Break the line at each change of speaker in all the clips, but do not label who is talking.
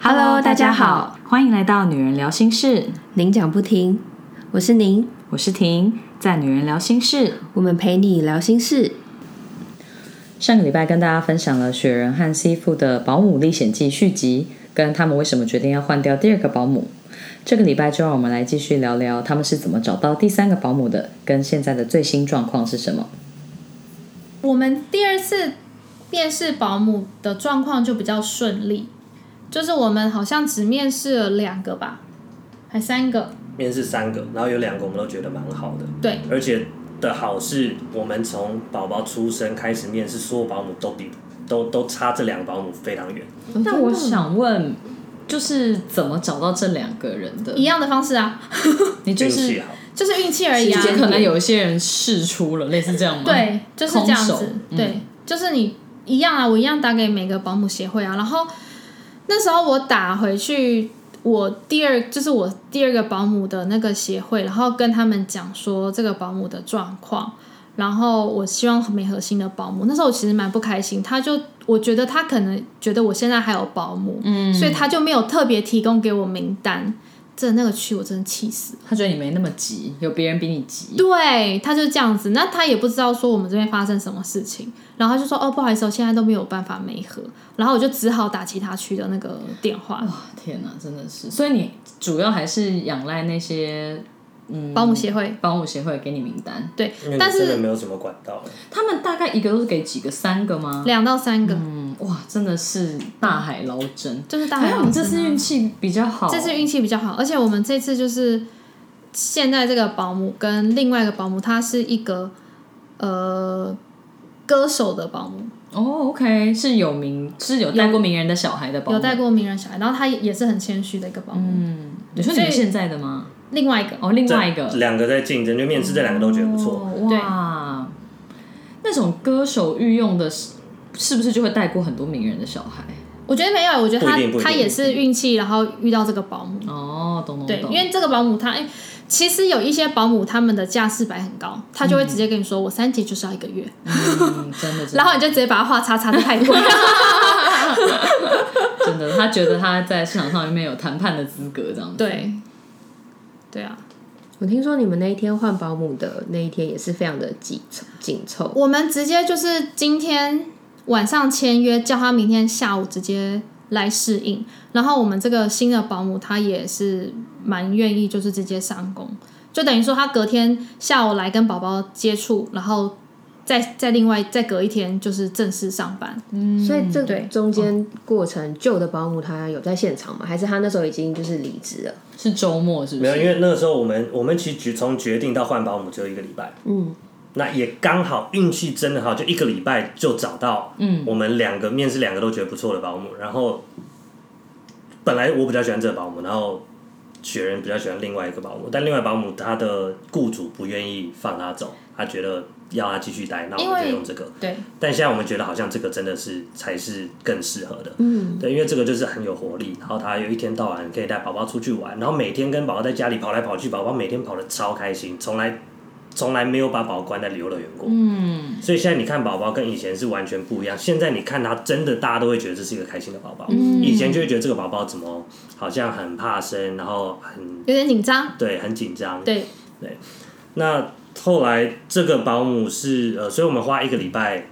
Hello，大家好，
欢迎来到《女人聊心事》，
您讲不停，我是您，
我是婷，在《女人聊心事》
我们陪你聊心事。
上个礼拜跟大家分享了雪人和西父的《保姆历险记》续集，跟他们为什么决定要换掉第二个保姆。这个礼拜就让我们来继续聊聊他们是怎么找到第三个保姆的，跟现在的最新状况是什么。
我们第二次面试保姆的状况就比较顺利，就是我们好像只面试了两个吧，还三个，
面试三个，然后有两个我们都觉得蛮好的，
对
而且的好是我们从宝宝出生开始面试，所有保姆都比都都差这两个保姆非常远。
那我想问，就是怎么找到这两个人的
一？样的方式啊，
你就
运
是
气好，
就是运气而已啊
时。间
可能有一些人试出了，类似这样吗？，
对，就是这样
空手嗯
子。对，就是你一样啊，我一样打给每个保姆协会啊。然后那时候我打回去，我第二就是我第二个保姆的那个协会，然后跟他们讲说这个保姆的状况，然后我希望没核心的保姆。那时候我其实蛮不开心，他就我觉得他可能觉得我现在还有保姆，嗯，所以他就没有特别提供给我名单。这那个区我真的气死了
他觉得你没那么急，有别人比你急。
对，他就这样子，那他也不知道说我们这边发生什么事情，然后他就说哦，不好意思，我现在都没有办法媒合，然后我就只好打其他区的那个电话，
天哪，真的是！所以你主要还是仰赖那些
保姆协会，
保姆协会给你名单，
对，
因为
但
你嗯真的
是
没有什么管道。
他们大概一个都是给几个，三个吗？
两到三个、
嗯，哇，真的是大海捞针。
就是大
还
概
有你这次运气比较好，
啊这次运气比较好，而且我们这次就是现在这个保姆跟另外一个保姆，她是一个呃歌手的保姆，
哦，OK，是有名，是有带过名人的小孩的保姆。
有带过名人小孩，然后她也也是很谦虚的一个保姆，
嗯你说你们现在的吗？
另外一个
哦，另外一个，
两个在竞争，就面试这两个都觉得不错。
哦哇，那种歌手御用的是，是不是就会带过很多名人的小孩？
我觉得没有，我觉得
不一
他
定不一定
他也是运气，然后遇到这个保姆。
哦，懂懂
对，
懂。
因为这个保姆她，哎、其实有一些保姆他们的价四百很高，他就会直接跟你
嗯
说，我三节就是要一个月，
嗯真的，真的
然后你就直接把它画叉叉的太 贵。
真的，他觉得他在市场上面没有谈判的资格，这样子。
对，对啊，
我听说你们那一天换保姆的那一天也是非常的紧凑紧凑，
我们直接就是今天晚上签约，叫他明天下午直接来适应。然后我们这个新的保姆她也是蛮愿意，就是直接上工，就等于说她隔天下午来跟宝宝接触，然后再再另外再隔一天就是正式上班。
所以这
对
中间过程旧的保姆她有在现场吗？还是她那时候已经就是离职了？
是周末是不
没有，因
是？
为那个时候我们我们其实决从决定到换保姆只有一个礼拜，
嗯，
那也刚好运气真的好，就一个礼拜就找到，嗯，我们两个面试两个都觉得不错的保姆，然后本来我比较喜欢这个保姆，然后雪人比较喜欢另外一个保姆，但另外保姆他的雇主不愿意放他走，他觉得要他继续待，那我们
因为
就用这个，
对，
但现在我们觉得好像这个真的是才是更适合的，嗯，对，因为这个就是很有活力，然后他有一天到晚可以带宝宝出去玩，然后每天跟宝宝在家里跑来跑去，宝宝每天跑的超开心，从来从来没有把宝宝关在游乐园过，嗯，所以现在你看宝宝跟以前是完全不一样，现在你看他真的大家都会觉得这是一个开心的宝宝，以前就会觉得这个宝宝怎么好像很怕生，然后很
有点紧张。
对很紧张，
对，
那后来这个保姆是呃，所以我们花一个礼拜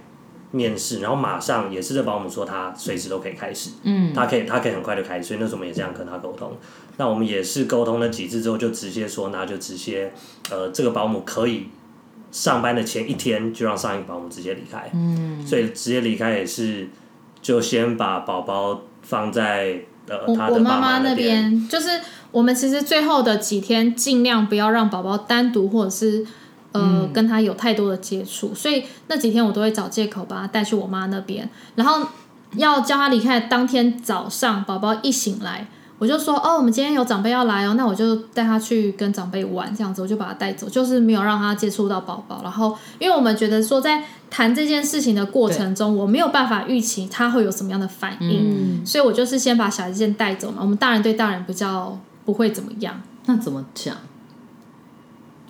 面试，然后马上也是这保姆说她随时都可以开始，嗯，她可以她可以很快就开始，所以那时候我们也这样跟她沟通。那我们也是沟通了几次之后，就直接说那就直接呃，这个保姆可以上班的前一天就让上一个保姆直接离开，嗯，所以直接离开也是就先把宝宝放在呃
我
他
我
的
妈
爸
妈
那
那
边。
边就是我们其实最后的几天尽量不要让宝宝单独或者是呃、
嗯
跟他有太多的接触，所以那几天我都会找借口把他带去我妈那边，然后要叫他离开的当天早上，宝宝一醒来。我就说哦，我们今天有长辈要来哦，那我就带他去跟长辈玩，这样子我就把他带走，就是没有让他接触到宝宝。然后，因为我们觉得说，在谈这件事情的过程中，我没有办法预期他会有什么样的反应，所以我就是先把小孩子先带走嘛。我们大人对大人比较不会怎么样。
那怎么讲？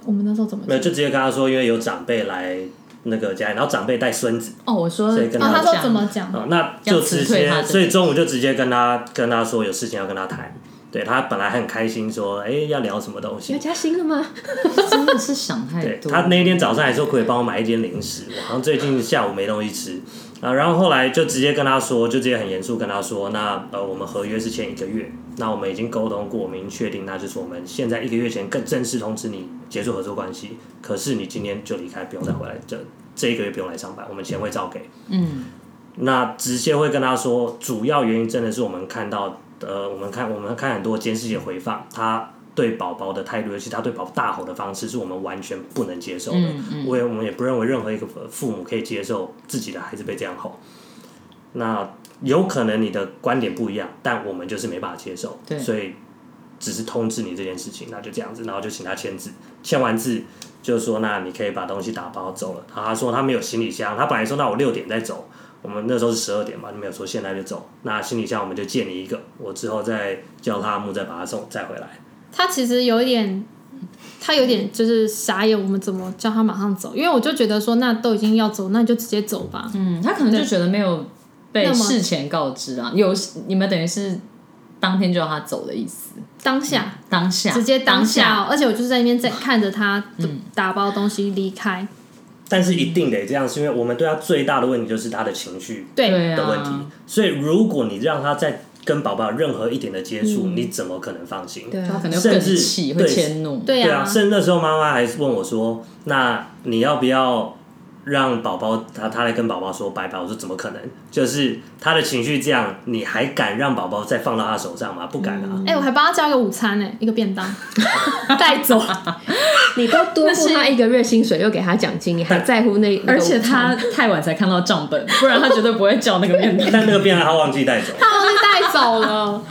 我们那时候怎么
没有，就直接跟他说，因为有长辈来那个家里，然后长辈带孙子
哦，我说
谁跟
哦，
他
他
说
说怎么讲？
啊、那就直
要辞退
接
他，
所以中午就直接跟他跟他说有事情要跟他谈。对他本来很开心说，哎、要聊什么东
要
西？
加薪了吗？
真的是想太
对
多。
他那一天早上还说可以帮我买一间零食，我好像最近下午没东西吃啊。然后后来就直接跟他说，就直接很严肃跟他说，那呃我们合约是签一个月，那我们已经沟通过，我们已经确定，那就是我们现在一个月前更正式通知你结束合作关系，可是你今天就离开，不用再回来，这这一个月不用来上班，我们钱会照给。
嗯，
那直接会跟他说，主要原因真的是我们看到，呃，我们看我们看很多监视器的回放，他对宝宝的态度，尤其他对宝宝大吼的方式，是我们完全不能接受的。
嗯嗯
我也我们也不认为任何一个父母可以接受自己的孩子被这样吼。那有可能你的观点不一样，但我们就是没办法接受
对，
所以只是通知你这件事情，那就这样子，然后就请他签字，签完字就说那你可以把东西打包走了。然后他说他没有行李箱，他本来说那我六点再走，我们那时候是十二点嘛，你没有说现在就走，那行李箱我们就借你一个，我之后再叫他木再把它送再回来。
他其实有一点，他有点就是傻眼，我们怎么叫他马上走？因为我就觉得说，那都已经要走，那你就直接走吧。
嗯，他可能就觉得没有被
那么
事前告知啊，有你们等于是当天就要他走的意思，
当下
当下
直接当下
下，嗯
哦、而且我就是在那边在看着他打包东西离开。
但是一定得这样，是因为我们对他最大的问题就是他的情绪
对，
对啊
的问题。所以如果你让他再跟宝宝有任何一点的接触，你怎么可能放心？
对
他
啊
可，能会更
甚至
气，
对
会迁怒，
对
对啊，
啊，
甚至那时候妈妈还问我说：“那你要不要让宝宝他他来跟宝宝说拜拜？”我说：“怎么可能？就是他的情绪这样，你还敢让宝宝再放到他手上吗？不敢啊！
哎、我还帮他叫一个午餐呢、一 个便当带走，
你都多付他一个月薪水，又给他奖金，你还在乎那？
而且
那个午餐
他太晚才看到账本，不然他绝对不会叫那个面
但那个变态他忘记带走，
他忘记带走了。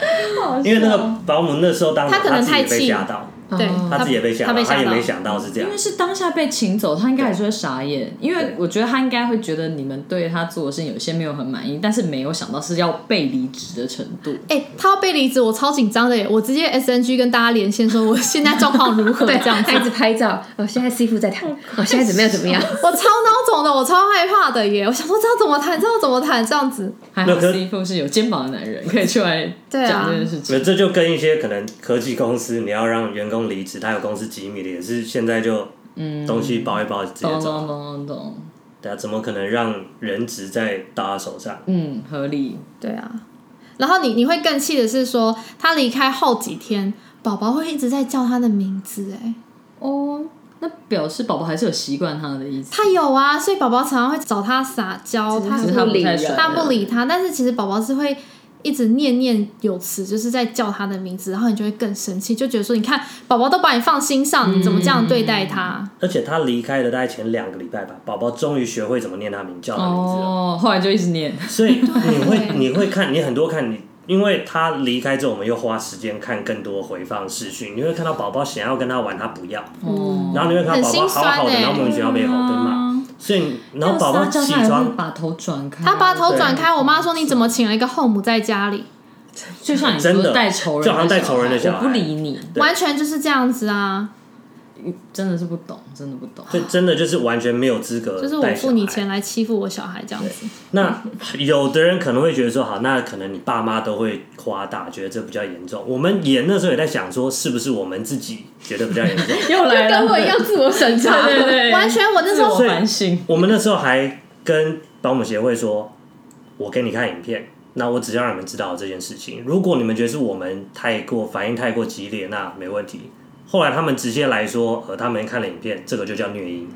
因为那个保姆那时候当
哦他可能
自己也
太气
被吓到，
对
哦
他自己也被吓
他
到，
被吓
他也
到
没想到是这样
因为。是当下被请走，他应该还是会傻眼，因为
对
我觉得他应该会觉得你们对他做的事情有些没有很满意，但是没有想到是要被离职的程度。
哎、他要被离职，我超紧张的耶！我直接 S N G 跟大家连线，说我现在状况 如何
对，
这样子
他。一直拍照。哦，现在师傅在谈，哦，现在怎么样怎 么样？
我超孬种的，我超害怕的耶！我想说这要怎么谈，这要怎么谈这样子。
还
那
好
可
C 父是有肩膀的男人，可以出 来
对啊
讲这件事情。
那这就跟一些可能科技公司，你要让员工离职，他有公司机密的，也是现在就
嗯
东西包一包直接
懂
走。
懂懂懂懂，
对啊，怎么可能让人质再到他手上？
嗯，合理。
对啊，然后你你会更气的是说，他离开后几天，宝宝会一直在叫他的名字，哎，
哦，那表示宝宝还是有习惯他的意思。
他有啊，所以宝宝常常会找他撒娇，他
只是
他
不太爽
他不理他，但是其实宝宝是会一直念念有词，就是在叫他的名字，然后你就会更生气，就觉得说，你看宝宝都把你放心上，你怎么这样对待
嗯
他？
而且他离开的大概前两个礼拜吧，宝宝终于学会怎么念他名叫他名字啊了。
哦，后来就一直念。
所以你会你会看你很多看你，因为他离开之后，我们又花时间看更多回放视讯，你会看到宝宝想要跟他玩，他不要，
哦，
然后你会看到宝宝好好
很心酸
的，
欸
然后莫名其妙被吼被骂，所以
啊
然后宝宝
叫
起
他还是
床，
把头转开，
他把头转开，我妈说你怎么请了一个后母在家里？
就像你
真
说
的
带仇人的小孩，
就好像带仇人的小孩
我不理你，
对
完全就是这样子啊，
真的是不懂，真的不懂。
就真的就是完全没有资格，
就是我付你钱。来欺负我小孩这样子。
那有的人可能会觉得说，好，那可能你爸妈都会夸大，觉得这比较严重。我们也那时候也在想说，是不是我们自己觉得比较严重？
又来了，
跟我一样自我审查。
对对对，
完全我那时候
自我反省。
我们那时候还跟保姆协会说，我给你看影片，那我只要让你们知道这件事情。如果你们觉得是我们太过反应太过激烈，那没问题。后来他们直接来说，呃，他们看了影片，这个就叫虐婴。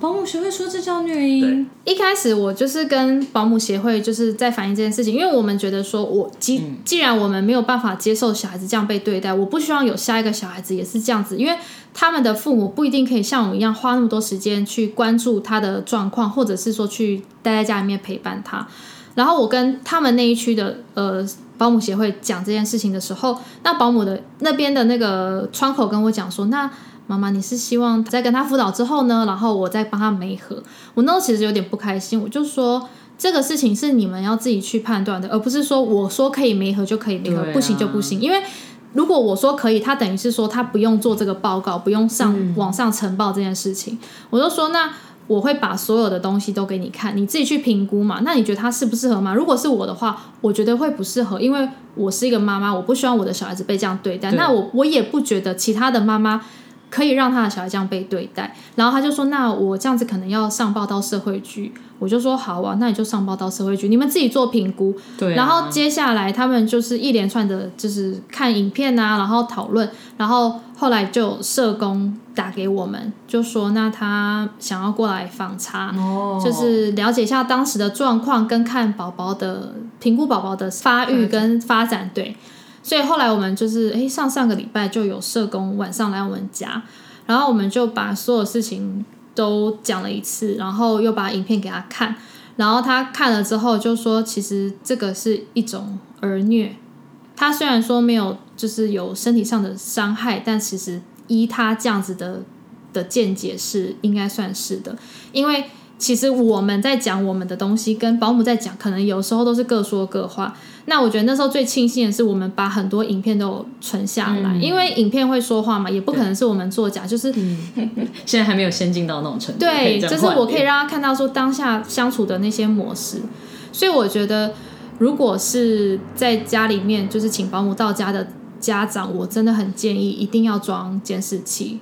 保姆学会说这叫虐婴
嗯
对，
一开始我就是跟保姆协会就是在反映这件事情，因为我们觉得说我，既既然我们没有办法接受小孩子这样被对待，我不希望有下一个小孩子也是这样子，因为他们的父母不一定可以像我们一样花那么多时间去关注他的状况，或者是说去待在家里面陪伴他。然后我跟他们那一区的呃保姆协会讲这件事情的时候，那保姆的那边的那个窗口跟我讲说，那妈妈你是希望在跟他辅导之后呢，然后我再帮他媒合。我那时候其实有点不开心，我就说。这个事情是你们要自己去判断的，而不是说我说可以媒合就可以媒合，
对啊
不行就不行。因为如果我说可以，他等
嗯
于是说他不用做这个报告，不用上、往上呈报这件事情。我就说那我会把所有的东西都给你看，你自己去评估嘛。那你觉得他适不适合吗？如果是我的话，我觉得会不适合，因为我是一个妈妈，我不希望我的小孩子被这样对待。
对
那我我也不觉得其他的妈妈可以让他的小孩这样被对待。然后他就说：“那我这样子可能要上报到社会局。”我就说：“好啊，那你就上报到社会局，你们自己做评估。”
对啊、
然后接下来他们就是一连串的，就是看影片啊，然后讨论，然后后来就有社工打给我们，就说那他想要过来访查，
哦
就是了解一下当时的状况，跟看宝宝的评估宝宝的发育跟发展。对，所以后来我们就是诶，上上个礼拜就有社工晚上来我们家，然后我们就把所有事情都讲了一次，然后又把影片给他看，然后他看了之后就说，其实这个是一种儿虐。他虽然说没有就是有身体上的伤害，但其实依他这样子的的见解是应该算是的，因为其实我们在讲我们的东西，跟保姆在讲，可能有时候都是各说各话。那我觉得那时候最庆幸的是，我们把很多影片都有存下来，
嗯
因为影片会说话嘛，也不可能是我们作假，就是
现在还没有先进到那种程度，嗯可以
对，
这样
就是我
换
可以让他看到说当下相处的那些模式。所以我觉得，如果是在家里面就是请保姆到家的家长，我真的很建议一定要装监视器，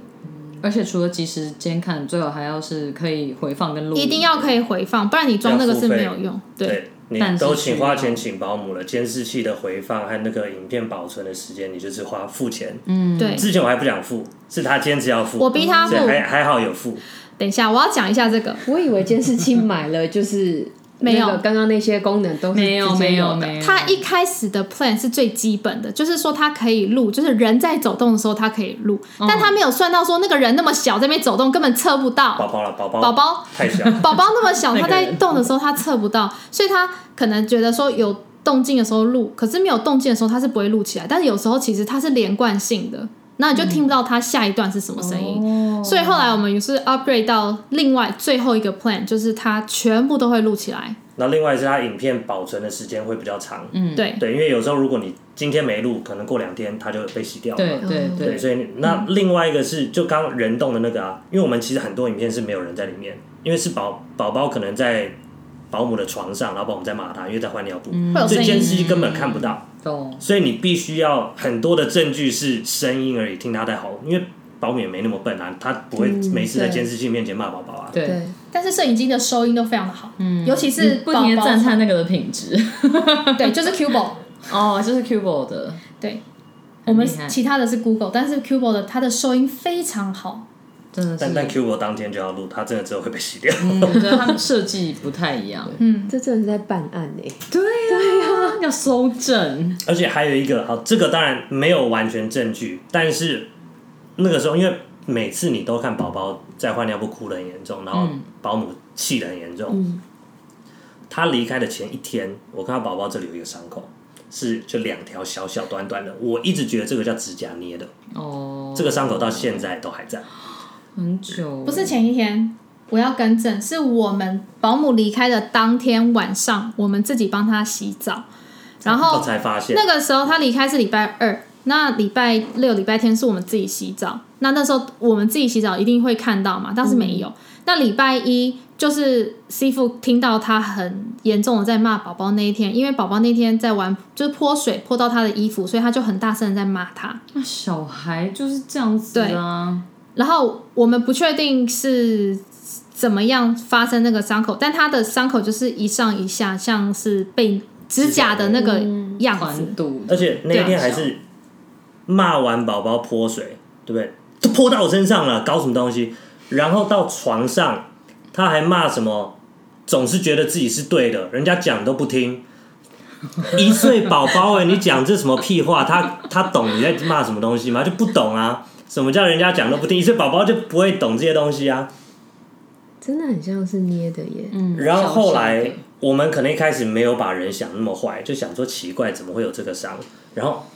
而且除了及时监看，最好还要是可以回放跟录影，
一定要可以回放，不然你装那个是没有用。对，
对，你
但是
都
需
请花
要
钱请保姆了，监视器的回放和那个影片保存的时间，你就是花付钱。
嗯
对
之前我还不想付，是他坚持要付，
我逼他付
所以还还好有付。
等一下我要讲一下这个。
我以为监视器买 了就是
没有
那个刚刚那些功能都是
没有
直接
没
有
有
的
没有，
它一开始的 plan 是最基本的，就是说它可以录，就是人在走动的时候它可以录，但它没有算到说那个人那么小在那边走动，根本测不
宝
到。
宝了，宝宝，
宝宝
太小，
宝宝那么 小，
那个
他在
人
动的时候他测不到，所以他可能觉得说有动静的时候录，可是没有动静的时候他是不会录起来。但是有时候其实它是连贯性的，那你就听不到他下一段是什么声音。所以后来我们也是 upgrade 到另外最后一个 plan，就是它全部都会录起来。
然后另外是它影片保存的时间会比较长，
嗯
对
对，因为有时候如果你今天没录，可能过两天它就被洗掉了。
哦
对对
嗯
对，
对，
所以你那另外一个是就刚人动的那个啊，因为我们其实很多影片是没有人在里面，因为是宝宝宝可能在保姆的床上，然后保姆在骂他，因为在换尿布，
会有
所以
声
监
音。
视器根本看不到，
懂
所以你必须要很多的证据是声音而已，听他在吼，因为保姆也没那么笨啊，他不会每次在
对
监视器面前骂宝宝啊。
对，
对，
但是摄影机的收音都非常的好，嗯，尤其是
不停的
宝宝
赞叹那个的品质
对，就是 Cubo，
哦，就是 Cubo 的，
对，我
很
们
厉害
其他的是 Google，但是 Cubo 的它的收音非常好，
真的
但但
是，
Q 我当天就要录，他真的之后会被洗掉。
嗯，对，他们设计不太一样，
嗯，啊
这真的是在办案欸呢、
对呀，要收整，
而且还有一个，好，这个当然没有完全证据，但是那个时候因为每次你都看宝宝在换尿布哭得很严重，然后
嗯
保姆气得很严重。他离开的前一天，我看到宝宝这里有一个伤口，是就两条小小短短的，我一直觉得这个叫指甲捏的，
哦，
这个伤口到现在都还在。
很久，
不是前一天。我要更正，是我们保姆离开的当天晚上，我们自己帮他洗澡，然后
我才发现，
那个时候他离开是礼拜二，那礼拜六、礼拜天是我们自己洗澡。那那时候我们自己洗澡一定会看到嘛，但是没有。那礼拜一就是师傅听到他很严重的在骂宝宝那一天，因为宝宝那天在玩，就是泼水泼到他的衣服，所以他就很大声的在骂他。
那小孩就是这样子啊，
然后我们不确定是怎么样发生那个伤口，但他的伤口就是一上一下，像是被指甲的那嗯个样子。
团堵，
而且那一天还是骂完宝宝泼水，对不对？都泼到我身上了，搞什么东西？然后到床上，他还骂什么？总是觉得自己是对的，人家讲都不听。一岁宝宝哎，你讲这什么屁话？他他懂你在骂什么东西吗？就不懂啊！什么叫人家讲都不听？一岁宝宝就不会懂这些东西啊。
真的很像是捏的耶。
嗯
然后后
小
来
心
我们可能一开始没有把人想那么坏，就想说奇怪怎么会有这个伤，然后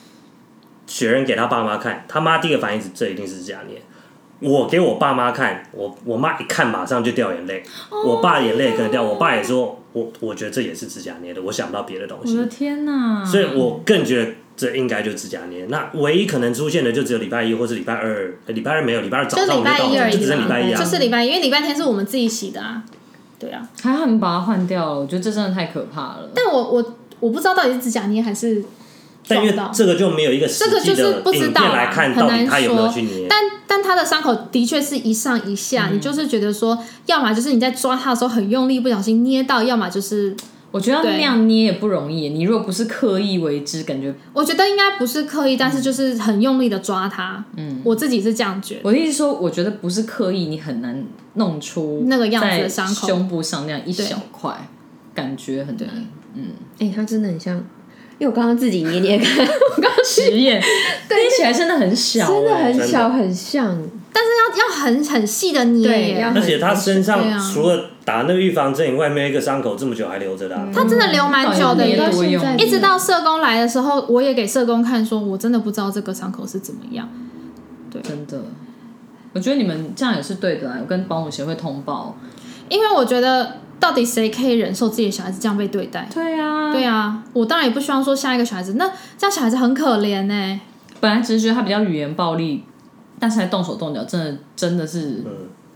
雪人给他爸妈看，他妈第一个反应是这一定是假捏。我给我爸妈看，我我妈一看马上就掉眼泪，
哦
我爸眼泪也跟着掉，
啊
我爸也说，我我觉得这也是指甲捏的，我想不到别的东
我的
西，
天哪，
所以我更觉得这应该就指甲捏。那唯一可能出现的就只有礼拜一或是礼拜二，呃礼拜二没有，礼拜二早
就
上我
礼
们
拜
到
一
了，
而
就
已
只剩礼拜一
啦，
啊
就。是礼拜一，因为礼拜天是我们自己洗的啊。对啊，
还好你把它换掉了，我觉得这真的太可怕了。
但我我我不知道到底是指甲捏还是
但
撞
因为
到。
这个就没有一个实
这个
际
就是
的
不知
影
道
片
啦
来看
很
到
难
底他有没有
说
去捏。
但但他的伤口的确是一上一
嗯
下，你就是觉得说，要么就是你在抓他的时候很用力，不小心捏到，要么就是
我觉得
对
那样捏也不容易，你如果不是刻意为之，感觉
我觉得应该不是刻意，但是就是很用力的抓他。嗯，我自己是这样觉得。
我的意思说，我觉得不是刻意，你很难弄出
那个样子的伤口
在胸部上那样一小块，感觉很难。
哎、它真的很像，因为我刚刚自己捏捏看，
嗯
实 验捏起来真的很小、
真的
哎
很小，
真的
很像。
要要很很细的捏
对
耶
要
而且他身
啊对
上
啊
除了打那个预防针以外，没有一个伤口这么久还留着的、啊。
他真的留蛮久
到
的
底
耶，
有多用
到现在
一直到社工来的时候，我也给社工看，说我真的不知道这个伤口是怎么样。
真的。我觉得你们这样也是对的啊，我跟保姆协会通报。
因为我觉得到底谁可以忍受自己的小孩子这样被对待？
对啊，
对啊，我当然也不希望说下一个小孩子，那这样小孩子很可怜呢、
本来只是觉得他比较语言暴力，但是还动手动脚，真的真的是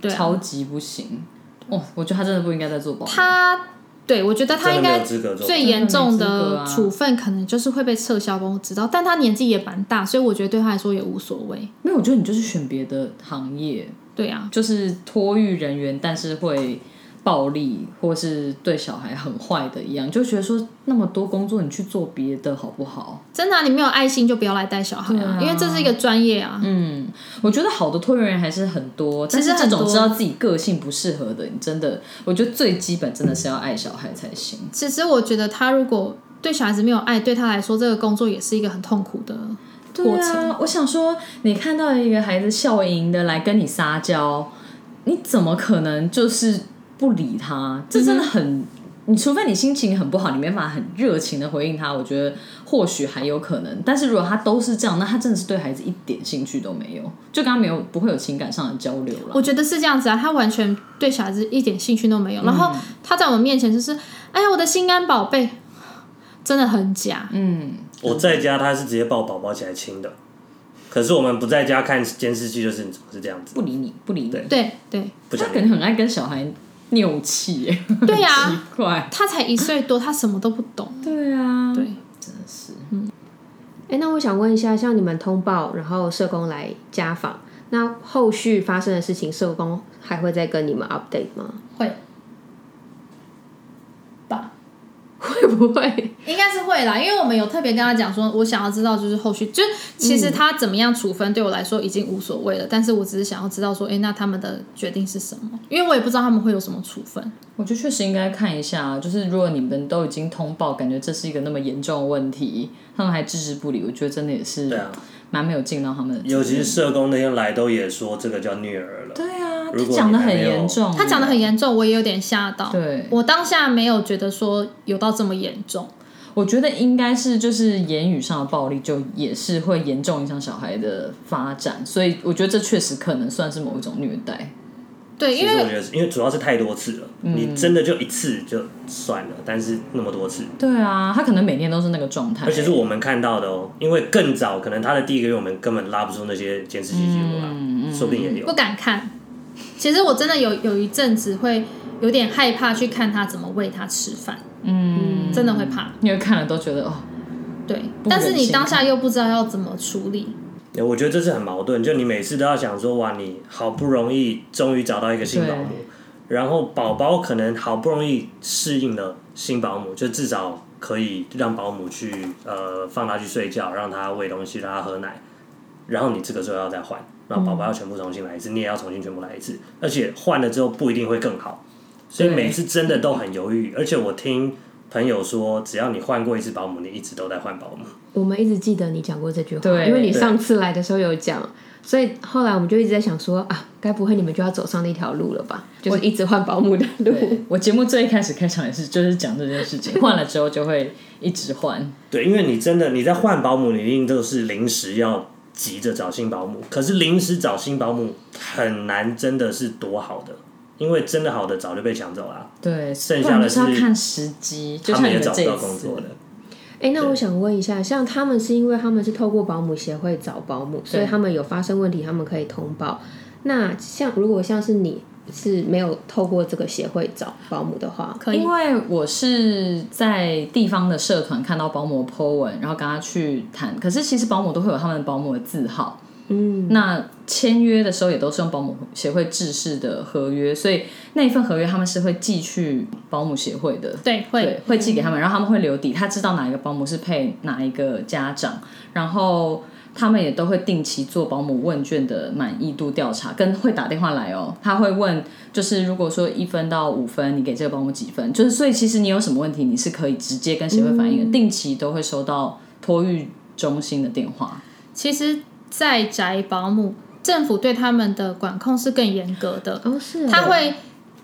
对啊
超级不行。哦，我觉得他真的不应该再做保姆。
他，对我觉得他
真的
应
没
该
有资格做。
最严重
真的没资格
的
啊
处分可能就是会被撤销工资道，但他年纪也蛮大，所以我觉得对他来说也无所谓。
没有，我觉得你就是选别的行业，
对啊，
就是托育人员，但是会暴力或是对小孩很坏的一样，就觉得说那么多工作你去做别的好不好？
真的啊、你没有爱心就不要来带小孩啊，因为这是一个专业啊。嗯，
我觉得好的托育人还是很多，但
实
是
很多
这种知道自己个性不适合的，你真的，我觉得最基本真的是要爱小孩才行。
其实我觉得他如果对小孩子没有爱，对他来说这个工作也是一个很痛苦的过
对
程。
啊，我想说，你看到一个孩子笑盈的来跟你撒娇，你怎么可能就是不理他？这真的很，你除非你心情很不好，你没办法很热情的回应他，我觉得或许还有可能。但是如果他都是这样，那他真的是对孩子一点兴趣都没有，就跟他没有不会有情感上的交流了。
我觉得是这样子啊，他完全对小孩子一点兴趣都没有，然后他在我们面前就是，哎呀，我的心肝宝贝，真的很假。
我在家他是直接抱宝宝起来亲的，可是我们不在家看监视器就是怎么是这样子，
不理你，不理你，
对对
不
他
想
感觉很爱跟小孩扭 气耶，
对呀、
奇
啊，
怪。
他才一岁多，他什么都不懂。
对啊，
对，
哎、那我想问一下，像你们通报，然后社工来家访，那后续发生的事情，社工还会再跟你们 update 吗？
会吧？
会不会？
应该是会啦，因为我们有特别跟他讲说，我想要知道就是后续，就其实他怎么样处分对我来说已经无所谓了，但是我只是想要知道说，哎、那他们的决定是什么？因为我也不知道他们会有什么处分。
我觉得确实应该看一下，啊就是如果你们都已经通报，感觉这是一个那么严重的问题，他们还置之不理，我觉得真的也
对
是
啊。
蛮没有尽到他们的责任。
尤其是社工那天来都也说这个叫虐儿了，
对啊，
如
他
果
讲的很
你还没有
严重，
他讲的很严重，我也有点吓到。
哦对
我当下没有觉得说有到这么严重。
我觉得应该是就是言语上的暴力，就也是会严重影响小孩的发展，所以我觉得这确实可能算是某一种虐待。
对，
其
因
实我
为嗯
觉得是因为主要是太多次了，你真的就一次就算了，但是那么多次，
对啊，他可能每天都是那个状态，
而且是我们看到的哦，因为更早可能他的第一个月我们根本拉不出那些监视器记录啦，说不定也有啊
不。敢看。其实我真的有有一阵子会有点害怕去看他怎么喂他吃饭，嗯，真的会怕。
因为看了都觉得哦，
对，
不忍心
但是你当下又不知道要怎么处理，
对我觉得这是很矛盾，就你每次都要想说哇，你好不容易终于找到一个新保姆，然后宝宝可能好不容易适应了新保姆，就至少可以让保姆去呃放他去睡觉，让他喂东西，让他喝奶，然后你这个时候要再换，然后宝宝要全部重新来一次，你也要重新全部来一次，而且换了之后不一定会更好，所以
对
每次真的都很犹豫，而且我听朋友说，只要你换过一次保姆，你一直都在换保姆。
我们一直记得你讲过这句话，
对
因为你
对
上次来的时候有讲，所以后来我们就一直在想说啊，该不会你们就要走上那条路了吧？就是一直换保姆的路。
我节目最一开始开场也是就是讲这件事情，换了之后就会一直换。
对，因为你真的你在换保姆，你一定都是临时要急着找新保姆。可是临时找新保姆很难，真的是多好的，因为真的好的早就被抢走了啊、
对，
剩
不
下
然
的
就是是要看时机，就
他
像
们
你
也
们
找
这
不到
一
工
次
作的。
哎，那我想问一下，像他们是因为他们是透过保姆协会找保姆，所以他们有发生问题，他们可以通报。那像如果像是你是没有透过这个协会找保姆的话，
可以
因为我是在地方的社团看到保姆的 po 文，然后跟他去谈。可是其实保姆都会有他们的保姆的字号，嗯，那签约的时候也都是用保姆协会制式的合约，所以那一份合约他们是会寄去保姆协会的，
对会
对，会寄给他们，然后他们会留底，他知道哪一个保姆是配哪一个家长，然后他们也都会定期做保姆问卷的满意度调查，跟会打电话来哦，他会问，就是如果说一分到五分，你给这个保姆几分？就是所以其实你有什么问题，你是可以直接跟协会反映的，定期都会收到托育中心的电话。
其实，在宅保姆，政府对他们的管控是更严格的。
哦是
他会，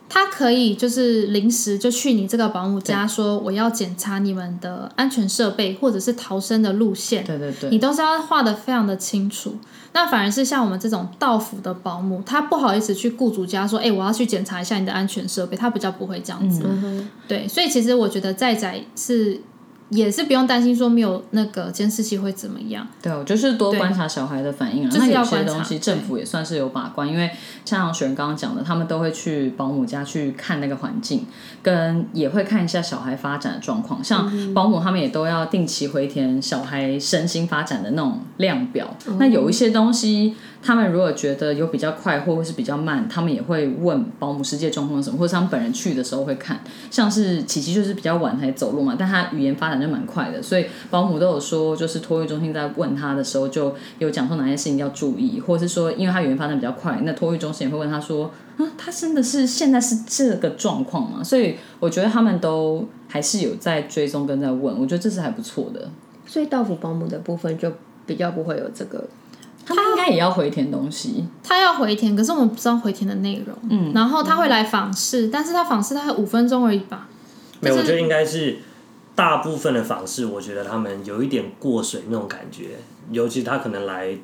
他可以就是临时就去你这个保姆家说，我要检查你们的安全设备或者是逃生的路线，
对对对，
你都是要画的非常的清楚。那反而是像我们这种到府的保姆，他不好意思去雇主家说，哎、我要去检查一下你的安全设备，他比较不会这样子。
嗯
嗯
对，所以其实我觉得在宅是也是不用担心说没有那个监视器会怎么样。
对，我就是多
对
观察小孩的反应啊。
就
那
是要
有些
观察
东西
对
政府也算是有把关，因为像雪人刚刚讲的，他们都会去保姆家去看那个环境，跟也会看一下小孩发展的状况。
嗯
像保姆他们也都要定期回填小孩身心发展的那种量表。
哦
那有一些东西，他们如果觉得有比较快或者是比较慢，他们也会问保姆实际的状况是什么，或者是他们本人去的时候会看。像是琪琪就是比较晚才走路嘛，但她语言发展就蛮快的，所以保姆都有说，就是托育中心在问她的时候，就有讲说哪些事情要注意，或者是说，因为她语言发展比较快，那托育中心也会问她说，啊，她真的是现在是这个状况嘛？所以我觉得他们都还是有在追踪跟在问，我觉得这是还不错的。
所以到府保姆的部分就比较不会有这个，
他们应该也要回填东西，
他要回填，可是我们不知道回填的内容。嗯，然后他会来访视，但是他访视大概五分钟而已吧。
没有，我觉得应该是大部分的访视，我觉得他们有一点过水那种感觉，尤其他可能来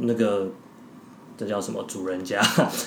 那个这叫什么主人家，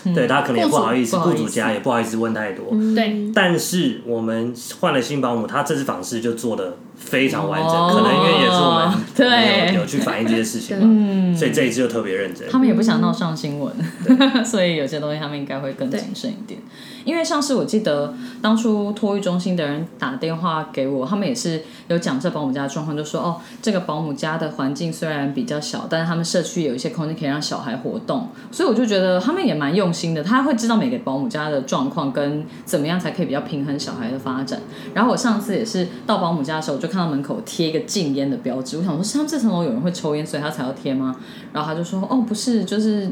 对他可能也不好意思，
嗯雇主不好意思嗯
雇主家也不好意思问太多。
对，
但是我们换了新保姆，他这次访视就做的非常完整，
哦
可能因为也是我们
对
我们有有去反映这些事情嘛，所以这一次就特别认真。
他们也不想闹上新闻， 所以有些东西他们应该会更谨慎一点。因为上次我记得当初托育中心的人打电话给我，他们也是有讲这保姆家的状况，就说哦，这个保姆家的环境虽然比较小，但是他们社区有一些空间可以让小孩活动，所以我就觉得他们也蛮用心的，他会知道每个保姆家的状况跟怎么样才可以比较平衡小孩的发展。然后我上次也是到保姆家的时候，我就看到门口贴一个禁烟的标志，我想说是他们这层楼有人会抽烟，所以他才要贴吗？然后他就说：“哦，不是，就是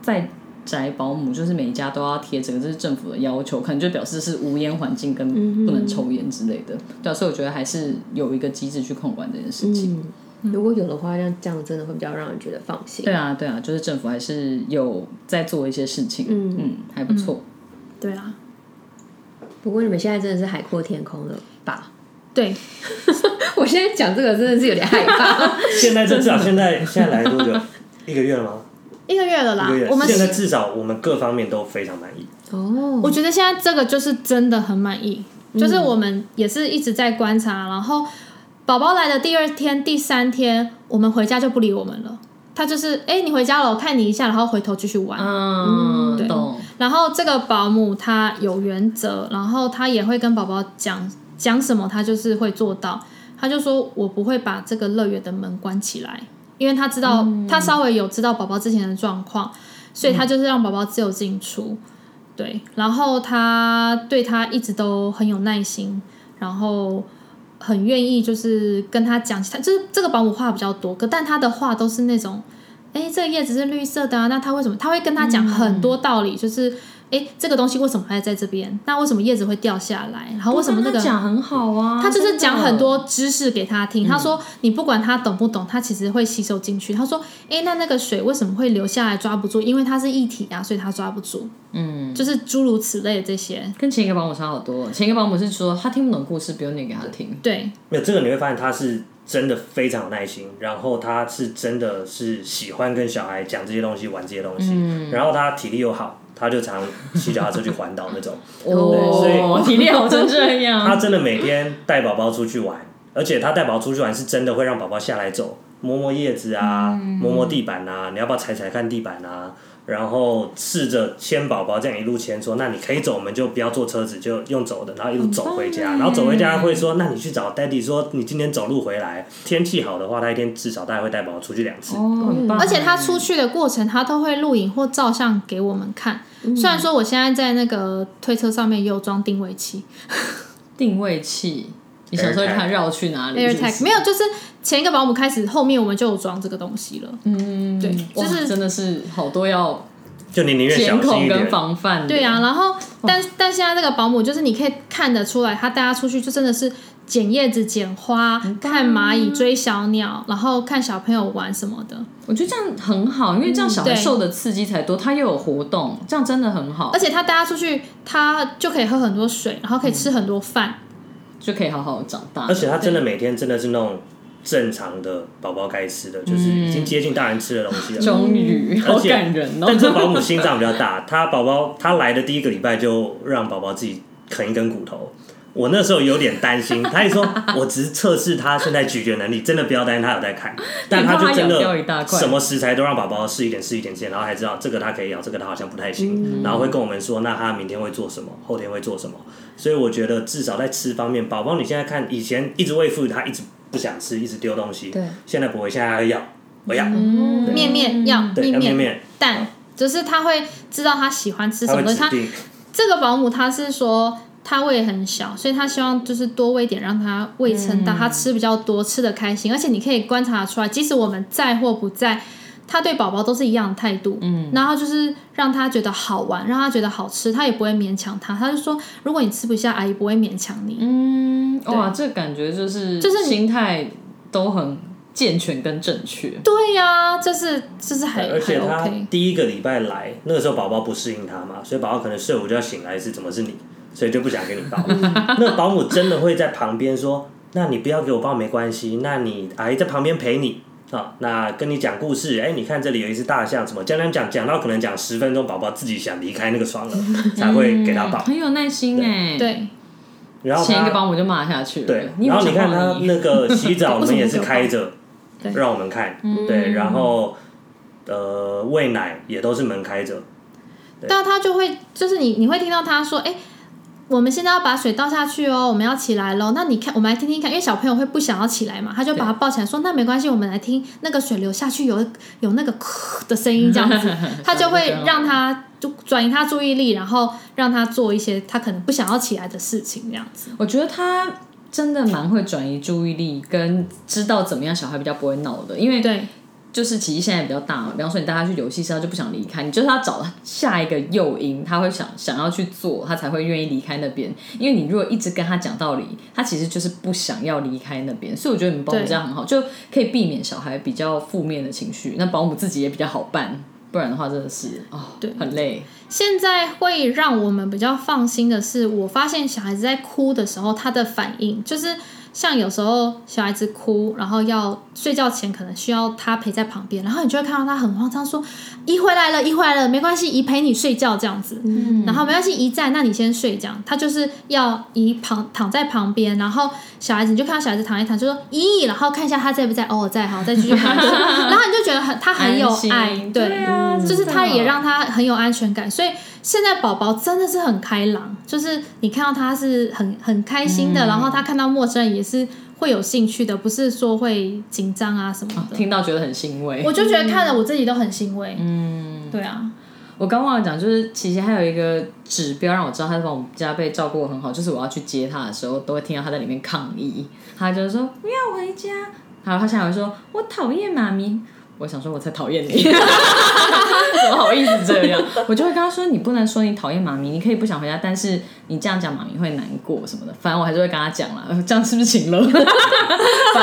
在宅保姆，就是每一家都要贴这个，这是政府的要求，可能就表示是无烟环境跟不能抽烟之类的。对啊，所以我觉得还是有一个机制去控管这件事情。
嗯，如果有的话，那这样真的会比较让人觉得放心。
对啊，对啊，就是政府还是有在做一些事情，嗯嗯，还不错。
对啊，
不过你们现在真的是海阔天空了吧？
对，
我现在讲这个真的是有点害 怕。
现在就至少现在现在来多久？一个月了吗？
一个月了啦
一个月。
我们
现在至少我们各方面都非常满意。
哦，
我觉得现在这个就是真的很满意，就是我们也是一直在观察，然后宝宝来的第二天、第三天，我们回家就不理我们了。他就是，哎、你回家了，我看你一下，然后回头继续玩。
嗯，
对
懂。
然后这个保姆她有原则，然后她也会跟宝宝讲讲什么，她就是会做到。她就说我不会把这个乐园的门关起来，因为她知道、
嗯
她稍微有知道宝宝之前的状况，所以她就是让宝宝自由进出。对，然后她对他一直都很有耐心，然后。很愿意，就是跟他讲，他就是这个保姆话比较多，可但他的话都是那种哎，这个叶子是绿色的啊，那它为什么？他会跟他
嗯
讲很多道理，就是哎，这个东西为什么还在这边？那为什么叶子会掉下来？然后为什么那
我跟
个
他？讲很好啊？
他就
真
是
的哦嗯
讲很多知识给他听。他说你不管他懂不懂，他其实会吸收进去。他说，哎，那那个水为什么会流下来抓不住？因为它是液体啊，所以他抓不住。嗯，就是诸如此类的这些。
跟前一个保姆差好多。哦前一个保姆是说他听不懂故事，不用念给他听。
对，
没有这个你会发现他是真的非常有耐心，然后他是真的是喜欢跟小孩讲这些东西、玩这些东西，然后他体力又好，他就常骑脚踏车去环岛那种。
哦
所 以
体力好成这样，
他真的每天带宝宝出去玩，而且他带宝宝出去玩是真的会让宝宝下来走，摸摸叶子啊，
嗯
摸摸地板啊，你要不要踩踩看地板啊？然后试着牵宝宝，这样一路牵说，那你可以走，我们就不要坐车子，就用走的，然后一路走回
欸
家。然后走回家会说，那你去找 daddy 说，你今天走路回来，天气好的话，他一天至少大概会带宝宝出去两次。
哦，很棒
而且他出去的过程，他都会录影或照相给我们看。
嗯
虽然说我现在在那个推车上面也有装定位器
定位器，你小时候
AirTag
它绕去哪里
AirTag，没有，就是前一个保姆开始，后面我们就有装这个东西了。
嗯，
对
哇
就是
真的是好多要
就你宁愿
监
小心
控
一
跟
点。
防范的。
对啊，然后但但现在这个保姆就是你可以看得出来，他带他出去就真的是捡叶子、捡花、看蚂蚁、追小鸟，然后看小朋友玩什么的。
我觉得这样很好，因为这样小孩
对
受的刺激才多，他又有活动，这样真的很好
而，且他带他出去，他就可以喝很多水，然后可以吃很多饭。
就可以好好长大。
而且他真的每天真的是那种正常的宝宝该吃的，就是
嗯
已经接近大人吃的东西了。
终于，好
而且
感人哦！
但这个保姆心脏比较大，她宝宝她来的第一个礼拜就让宝宝自己啃一根骨头。我那时候有点担心，她一说我只是测试他现在咀嚼能力，真的不要担心他有在看，但她就真
你怕她咬掉一大
的
块
什么食材都让宝宝试一点试一点试一点，然后还知道这个他可以咬，这个他好像不太行，然后会跟我们说那他明天会做什么，后天会做什么。所以我觉得至少在吃方面，宝宝你现在看以前一直喂父乳，他一直不想吃，一直丢东西，
对，
现在不会，现在他要我要，
嗯
面面要
对，要
面
面面，
蛋，就是他会知道他喜欢吃什
他会
么东
指
西。他
定。
这个保姆他是说他胃很小，所以他希望就是多喂一点，让他胃撑大，他吃比较多，吃的开心。而且你可以观察出来，即使我们在或不在，他对宝宝都是一样的态度。嗯，然后就是让他觉得好玩，让他觉得好吃，他也不会勉强他。他就说，如果你吃不下，阿姨不会勉强你。
嗯， 哇，这感觉就是
就是你
心态都很健全跟正确。
对呀、就是就是还
而且
还
他
OK。
第一个礼拜来，那个时候宝宝不适应他嘛，所以宝宝可能睡午觉醒来是怎么是你，所以就不想给你抱。
嗯
那保姆真的会在旁边说：“那你不要给我抱没关系，那你阿姨在旁边陪你。”啊，那跟你讲故事，哎、你看这里有一只大象，什么讲讲讲讲到可能讲十分钟，宝宝自己想离开那个床了，
嗯
才会给他抱。
很有耐心哎。，
对，
然后他
前一个保姆就骂下去了。
对，
你有
然
没有
后你看
想
他
骂你
那个洗澡，
为
我
什
们
么
也
不
是
想
开着
对，
让我们看，对，
嗯
然后呃喂奶也都是门开着，
但他就会就是你你会听到他说，哎、我们现在要把水倒下去哦，我们要起来喽。那你看，我们来听听看，因为小朋友会不想要起来嘛，他就把他抱起来说，那没关系，我们来听那个水流下去有有那个 咳的声音，这样子，他就会让他就转移他注意力，然后让他做一些他可能不想要起来的事情，这样子。
我觉得他真的蛮会转移注意力，跟知道怎么样小孩比较不会闹的，因为
对，
就是其实现在比较大嘛，比方说你带他去游戏室，他就不想离开，你就是要找下一个诱因，他会想想要去做，他才会愿意离开那边。因为你如果一直跟他讲道理，他其实就是不想要离开那边。所以我觉得你们保姆
对
这样很好，就可以避免小孩比较负面的情绪，那保姆自己也比较好办。不然的话，真的是哦，
对
很累。
现在会让我们比较放心的是，我发现小孩子在哭的时候，他的反应就是像有时候小孩子哭，然后要睡觉前可能需要他陪在旁边，然后你就会看到他很慌张说：“姨回来了，姨回来了，没关系，姨陪你睡觉这样子。”嗯，然后没关系，姨在，那你先睡这样。他就是要姨旁躺在旁边，然后小孩子你就看到小孩子躺一躺，就说：“姨。”然后看一下他在不在，哦，我在，好，再继续躺一下。 然后你就觉得很他很有
安心
爱，对
对啊，
就是他也
让。
让他很有安全感，所以现在宝宝真的是很开朗，就是你看到他是很很开心
嗯
的，然后他看到陌生人也是会有兴趣的，不是说会紧张啊什么的。
听到觉得很欣慰。
我
我
就觉得看了我自己都很欣慰。嗯，对啊，
我刚忘了讲，就是其实还有一个指标让我知道他在我们家被照顾的很好，就是我要去接他的时候，都会听到他在里面抗议，他就是说不要回家，然后他现在会说我讨厌妈咪，我想说我才讨厌你。怎么好意思这样？我就会跟他说，你不能说你讨厌妈咪，你可以不想回家，但是你这样讲妈咪会难过什么的。反正我还是会跟他讲啦，呃这样是不是情了？反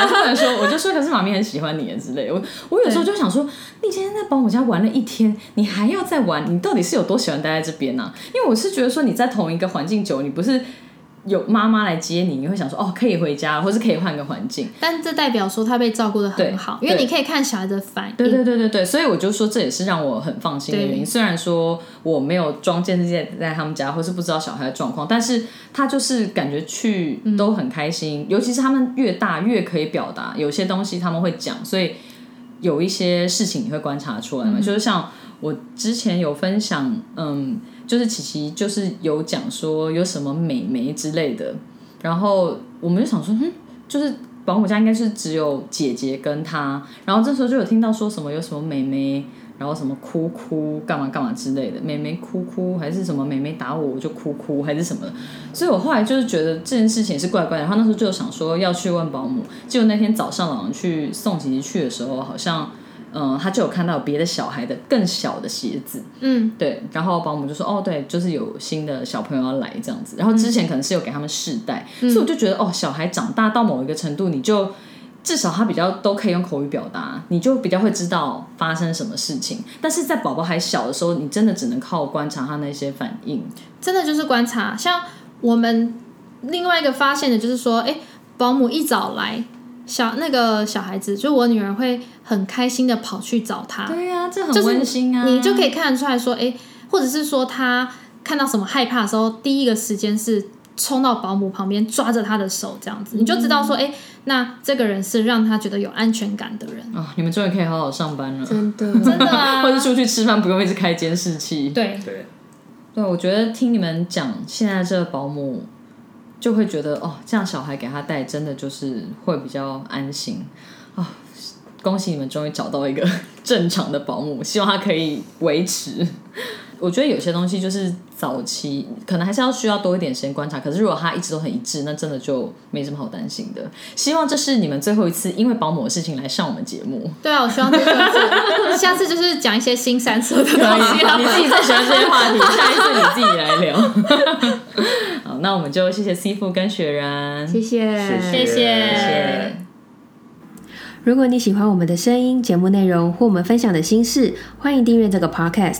正他们说，我就说，可是妈咪很喜欢你之类的。我我有时候就想说，你今天在保姆家玩了一天，你还要再玩，你到底是有多喜欢待在这边呢、啊？因为我是觉得说你在同一个环境久，你不是。有妈妈来接你，你会想说哦，可以回家了，或是可以换个环境。
但这代表说他被照顾的很好，因
对
为你可以看小孩的反应。
对对对对对，所以我就说这也是让我很放心的原因。
对
虽然说我没有装监视器在在他们家，或是不知道小孩的状况，但是他就是感觉去都很开心。尤其是他们越大越可以表达，有些东西他们会讲，所以有一些事情你会观察出来嘛。就是像我之前有分享，嗯，就是琪琪就是有讲说有什么美眉之类的，然后我们就想说，嗯，就是保姆家应该是只有姐姐跟她，然后这时候就有听到说什么有什么妹妹，然后什么哭哭干嘛干嘛之类的，妹妹哭哭还是什么妹妹打我我就哭哭还是什么的，所以我后来就是觉得这件事情也是怪怪的，然后那时候就想说要去问保姆，结果那天早上老王去送琪琪去的时候，好像嗯、呃他就有看到别的小孩的更小的鞋子，
嗯，
对，然后保姆就说：“哦，对，就是有新的小朋友要来这样子。”然后之前可能是有给他们试戴，所以我就觉得哦，小孩长大到某一个程度，你就至少他比较都可以用口语表达，你就比较会知道发生什么事情。但是在宝宝还小的时候，你真的只能靠观察他那些反应。
真的就是观察。像我们另外一个发现的就是说，哎，保姆一早来，小那个小孩子，就我女儿会很开心的跑去找他。
对呀、这很
就是
温馨啊！
你就可以看得出来说，哎、或者是说他看到什么害怕的时候，第一个时间是冲到保姆旁边抓着他的手，这样子，
嗯
你就知道说，哎、那这个人是让他觉得有安全感的 人。
啊、你们终于可以好好上班了，
真的，
真的啊
或，者出去吃饭不用一直开监视器。
对，
对，
对，我觉得听你们讲现在这个保姆，就会觉得哦，这样小孩给他带，真的就是会比较安心啊、恭喜你们终于找到一个 正常的保姆，希望他可以维持。我觉得有些东西就是早期可能还是要需要多一点时间观察，可是如果他一直都很一致，那真的就没什么好担心的。希望这是你们最后一次因为保姆的事情来上我们节目。
对啊，我希望这就是， 下次就是讲一些新三色的
可
东西
以，
了
啊你。自己最喜欢这些话题，下一次你自己来聊。 好，那我们就谢谢 C 父跟雪然，
谢谢，
嗯谢谢
谢
如果你喜欢我们的声音、节目内容或我们分享的心事，欢迎订阅这个 podcast。